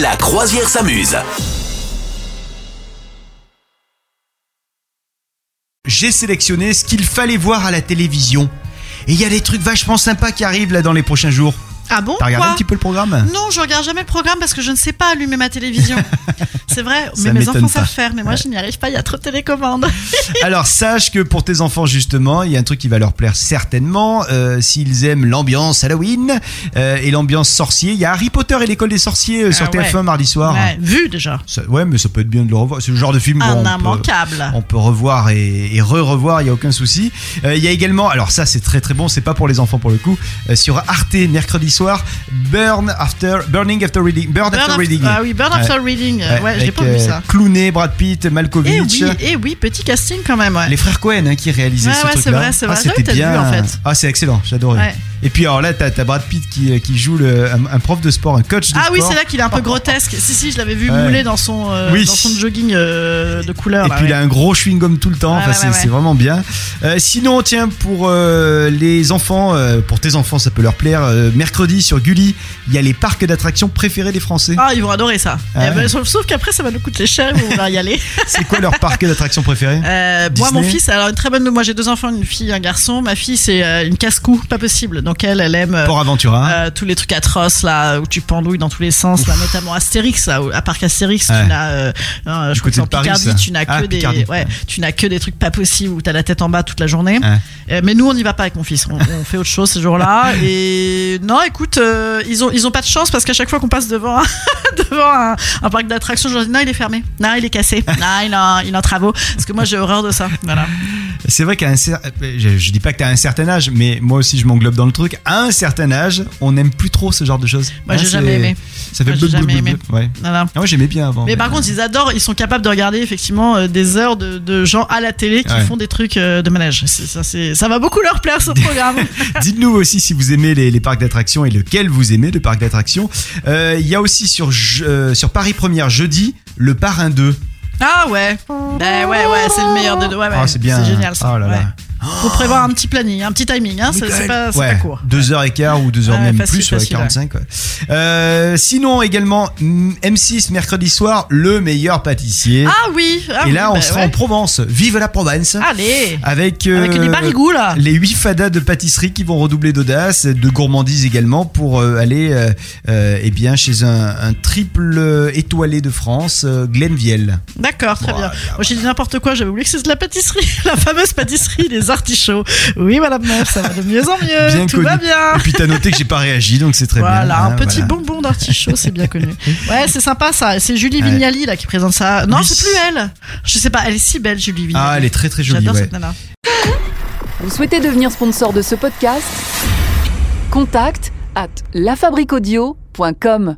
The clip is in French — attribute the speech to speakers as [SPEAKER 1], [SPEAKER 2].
[SPEAKER 1] La croisière s'amuse.
[SPEAKER 2] J'ai sélectionné ce qu'il fallait voir à la télévision. Et il y a des trucs vachement sympas qui arrivent là dans les prochains jours.
[SPEAKER 3] Ah bon
[SPEAKER 2] T'as regardé
[SPEAKER 3] quoi
[SPEAKER 2] un petit peu le programme
[SPEAKER 3] Non, je regarde jamais le programme parce que je ne sais pas allumer ma télévision. C'est vrai,
[SPEAKER 2] Ça
[SPEAKER 3] mais mes
[SPEAKER 2] m'étonne
[SPEAKER 3] enfants
[SPEAKER 2] pas.
[SPEAKER 3] savent faire, mais moi je n'y arrive pas, il y a trop de télécommandes.
[SPEAKER 2] Alors sache que pour tes enfants justement, il y a un truc qui va leur plaire certainement. euh, S'ils aiment l'ambiance Halloween euh, et l'ambiance sorcier, il y a Harry Potter et l'école des sorciers euh, sur
[SPEAKER 3] Ah ouais.
[SPEAKER 2] TF1 mardi soir.
[SPEAKER 3] Ouais, Ah, vu déjà.
[SPEAKER 2] Ça- ouais, mais ça peut être bien de le revoir. C'est le genre de film qu'on
[SPEAKER 3] Un
[SPEAKER 2] peut,
[SPEAKER 3] immanquable.
[SPEAKER 2] Ah. on peut revoir et, et re-revoir, il n'y a aucun souci. Euh, Il y a également, alors ça c'est très très bon, c'est pas pour les enfants pour le coup, euh, sur Arte mercredi soir, Burn After, Burning After Reading. Burn
[SPEAKER 3] Burn
[SPEAKER 2] After
[SPEAKER 3] after-
[SPEAKER 2] Reading.
[SPEAKER 3] Ah oui, Burn After Reading. euh, Ouais, je l'ai
[SPEAKER 2] avec,
[SPEAKER 3] pas vu
[SPEAKER 2] euh,
[SPEAKER 3] ça.
[SPEAKER 2] Clooney, Brad Pitt,
[SPEAKER 3] Et
[SPEAKER 2] Malkovich.
[SPEAKER 3] oui, et oui, petit casting quand même. Ouais.
[SPEAKER 2] Les frères Cohen hein, qui réalisaient
[SPEAKER 3] Ouais,
[SPEAKER 2] ce
[SPEAKER 3] ouais, c'est
[SPEAKER 2] truc-là.
[SPEAKER 3] vrai, c'est
[SPEAKER 2] Ah,
[SPEAKER 3] vrai. J'avais
[SPEAKER 2] c'était
[SPEAKER 3] peut-être vu,
[SPEAKER 2] bien.
[SPEAKER 3] en fait.
[SPEAKER 2] Ah, c'est excellent, j'adorais.
[SPEAKER 3] Ouais.
[SPEAKER 2] Et puis alors là, t'as t'as Brad Pitt qui, euh, qui joue le, un, un prof de sport, un coach de
[SPEAKER 3] Ah
[SPEAKER 2] sport.
[SPEAKER 3] oui, c'est là qu'il est un peu grotesque. Si, si, je l'avais vu
[SPEAKER 2] Ouais.
[SPEAKER 3] mouler dans son, euh,
[SPEAKER 2] Oui.
[SPEAKER 3] dans son jogging euh, de couleur.
[SPEAKER 2] Et
[SPEAKER 3] là,
[SPEAKER 2] puis
[SPEAKER 3] ouais.
[SPEAKER 2] il a un gros chewing-gum tout le temps,
[SPEAKER 3] Ouais,
[SPEAKER 2] enfin,
[SPEAKER 3] ouais,
[SPEAKER 2] c'est
[SPEAKER 3] ouais,
[SPEAKER 2] c'est
[SPEAKER 3] ouais.
[SPEAKER 2] vraiment bien. Euh, sinon, tiens, pour euh, les enfants, euh, pour tes enfants, ça peut leur plaire. euh, mercredi sur Gulli, il y a les parcs d'attractions préférés des Français.
[SPEAKER 3] Ah, ils vont adorer ça.
[SPEAKER 2] Ah
[SPEAKER 3] Eh ben,
[SPEAKER 2] ouais.
[SPEAKER 3] sauf sauf qu'après, ça va nous coûter cher, mais on va y aller.
[SPEAKER 2] C'est quoi leur parc d'attractions préféré
[SPEAKER 3] Euh, moi, mon
[SPEAKER 2] Disney.
[SPEAKER 3] fils, alors une très bonne. Moi, j'ai deux enfants, une fille, un garçon. Ma fille, c'est euh, une casse-cou, pas possible. Donc elle, elle aime. euh,
[SPEAKER 2] Port Aventura.
[SPEAKER 3] euh, tous les trucs atroces là où tu pendouilles dans tous les sens là notamment Astérix là où- à part qu'Astérix
[SPEAKER 2] Ouais.
[SPEAKER 3] tu n'as euh, euh, je
[SPEAKER 2] côté
[SPEAKER 3] crois
[SPEAKER 2] de
[SPEAKER 3] que
[SPEAKER 2] Paris,
[SPEAKER 3] c'est en Picardie
[SPEAKER 2] ça.
[SPEAKER 3] tu n'as que
[SPEAKER 2] Ah,
[SPEAKER 3] des
[SPEAKER 2] Picardie, ouais.
[SPEAKER 3] ouais, tu n'as que des trucs pas possibles où t'as la tête en bas toute la journée
[SPEAKER 2] Ouais.
[SPEAKER 3] Euh, mais nous on n'y va pas avec mon fils on, on fait autre chose ces jours là et non écoute euh, ils ont ils ont pas de chance parce qu'à chaque fois qu'on passe devant un, devant un, un parc d'attractions je leur dis non il est fermé non il est cassé non il est en, il est en travaux parce que moi j'ai horreur de ça voilà
[SPEAKER 2] C'est vrai qu'à un cer- euh, je, je dis pas que t'as un certain âge, mais moi aussi je m'englobe dans le truc. À un certain âge, on n'aime plus trop ce genre de choses. Hein,
[SPEAKER 3] Moi, j'ai
[SPEAKER 2] c'est-
[SPEAKER 3] jamais aimé.
[SPEAKER 2] Ça fait
[SPEAKER 3] Moi, j'ai
[SPEAKER 2] blub, blub,
[SPEAKER 3] jamais
[SPEAKER 2] blub,
[SPEAKER 3] aimé.
[SPEAKER 2] blub, Ouais.
[SPEAKER 3] voilà
[SPEAKER 2] Ah, moi j'aimais bien avant.
[SPEAKER 3] Mais par contre, ils adorent, ils sont capables de regarder effectivement euh, des heures de, de gens à la télé qui
[SPEAKER 2] Ouais.
[SPEAKER 3] font des trucs euh, de manège. C'est- Ça, c'est- ça va beaucoup leur plaire ce programme.
[SPEAKER 2] Dites-nous aussi si vous aimez les, les parcs d'attractions et lequel vous aimez le parc d'attractions. Euh, Il y a aussi sur, je- euh, sur Paris Première jeudi le parrain 2.
[SPEAKER 3] ah ouais, Ben ouais, ouais, c'est le meilleur de deux. Ouais, ouais.
[SPEAKER 2] Ah, c'est bien.
[SPEAKER 3] génial ça.
[SPEAKER 2] Oh là là.
[SPEAKER 3] Ouais. Faut prévoir un petit planning, un petit timing, hein, c'est c'est pas, c'est
[SPEAKER 2] Ouais,
[SPEAKER 3] pas court.
[SPEAKER 2] Deux heures et quart ou deux heures
[SPEAKER 3] Ouais,
[SPEAKER 2] même
[SPEAKER 3] facile,
[SPEAKER 2] plus, ouais,
[SPEAKER 3] facile,
[SPEAKER 2] 45. ouais. Euh, sinon également mm, M6 mercredi soir le meilleur pâtissier.
[SPEAKER 3] Ah oui, ah
[SPEAKER 2] et
[SPEAKER 3] oui,
[SPEAKER 2] là on
[SPEAKER 3] bah
[SPEAKER 2] sera en
[SPEAKER 3] ouais.
[SPEAKER 2] Provence. Vive la Provence.
[SPEAKER 3] Allez,
[SPEAKER 2] Avec,
[SPEAKER 3] avec
[SPEAKER 2] euh,
[SPEAKER 3] des barigous là.
[SPEAKER 2] les huit fadas de pâtisserie qui vont redoubler d'audace, de gourmandise également pour euh, aller euh, euh, eh bien chez un, un triple euh, étoilé de France, euh, Glenvielle.
[SPEAKER 3] D'accord, très
[SPEAKER 2] Voilà,
[SPEAKER 3] bien. Moi j'ai dit n'importe quoi, j'avais oublié que c'est de la pâtisserie, la fameuse pâtisserie des artichauts. Oui, madame meuf, ça va de mieux en mieux.
[SPEAKER 2] Bien
[SPEAKER 3] Tout
[SPEAKER 2] connu.
[SPEAKER 3] va bien.
[SPEAKER 2] Et puis t'as noté que j'ai pas réagi, donc c'est très
[SPEAKER 3] voilà,
[SPEAKER 2] bien.
[SPEAKER 3] un
[SPEAKER 2] hein,
[SPEAKER 3] petit
[SPEAKER 2] voilà.
[SPEAKER 3] bonbon d'artichaut, c'est bien connu. Ouais, c'est sympa ça. C'est Julie
[SPEAKER 2] Ouais.
[SPEAKER 3] Vignali là qui présente ça. Non,
[SPEAKER 2] Oui.
[SPEAKER 3] c'est plus elle. Je sais pas, elle est si belle, Julie Vignali.
[SPEAKER 2] Ah, elle est très très jolie.
[SPEAKER 3] J'adore
[SPEAKER 2] ouais.
[SPEAKER 3] cette nana.
[SPEAKER 4] Vous souhaitez devenir sponsor de ce podcast Contact à lafabriquaudio.com.